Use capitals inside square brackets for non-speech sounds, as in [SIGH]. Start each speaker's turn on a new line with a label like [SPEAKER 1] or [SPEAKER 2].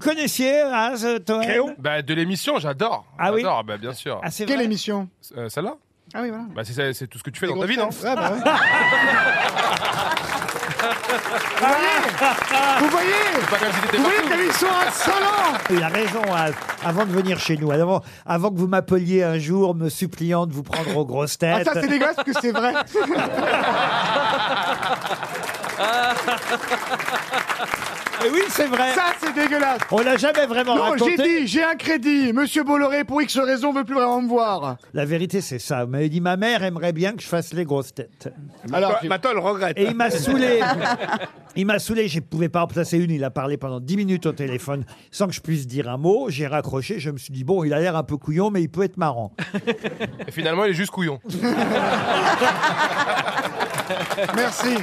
[SPEAKER 1] connaissiez, Az, Toen
[SPEAKER 2] Bah, de l'émission, j'adore.
[SPEAKER 1] Ah oui
[SPEAKER 2] J'adore, bah, bien sûr.
[SPEAKER 1] Ah, c'est
[SPEAKER 3] Quelle
[SPEAKER 1] vrai
[SPEAKER 3] émission
[SPEAKER 2] Euh, Celle-là
[SPEAKER 3] Ah oui, voilà.
[SPEAKER 2] bah, c'est, ça- c'est tout ce que tu fais dans ta vie, non
[SPEAKER 3] Ouais, bah ouais. Vous voyez
[SPEAKER 2] Pas comme si t'étais
[SPEAKER 3] Vous voyez, vous voyez
[SPEAKER 2] partout.
[SPEAKER 3] qu'elle est sur un salon
[SPEAKER 1] Il a raison, Az. Avant de venir chez nous, avant, avant que vous m'appeliez un jour me suppliant de vous prendre aux grosses
[SPEAKER 3] Ah
[SPEAKER 1] têtes.
[SPEAKER 3] ça c'est dégueulasse parce que c'est vrai.
[SPEAKER 1] Mais Eh oui, c'est vrai.
[SPEAKER 3] Ça c'est dégueulasse.
[SPEAKER 1] On l'a jamais vraiment
[SPEAKER 3] Non, j'ai
[SPEAKER 1] raconté.
[SPEAKER 3] dit, j'ai un crédit. Monsieur Bolloré, pour X raison, veut plus rien me voir.
[SPEAKER 1] La vérité, c'est ça. Mais il dit ma mère aimerait bien que je fasse les grosses têtes.
[SPEAKER 3] Alors,
[SPEAKER 2] Bah, Maintenant, elle regrette.
[SPEAKER 1] Et il m'a
[SPEAKER 3] [LAUGHS]
[SPEAKER 1] saoulé. Il m'a saoulé. Je ne pouvais pas en placer une. Il a parlé pendant 10 minutes au téléphone sans que je puisse dire un mot. J'ai raccroché. Je me suis dit bon, il a l'air un peu couillon, mais il peut être marrant.
[SPEAKER 2] Et finalement, il est juste couillon.
[SPEAKER 3] merci.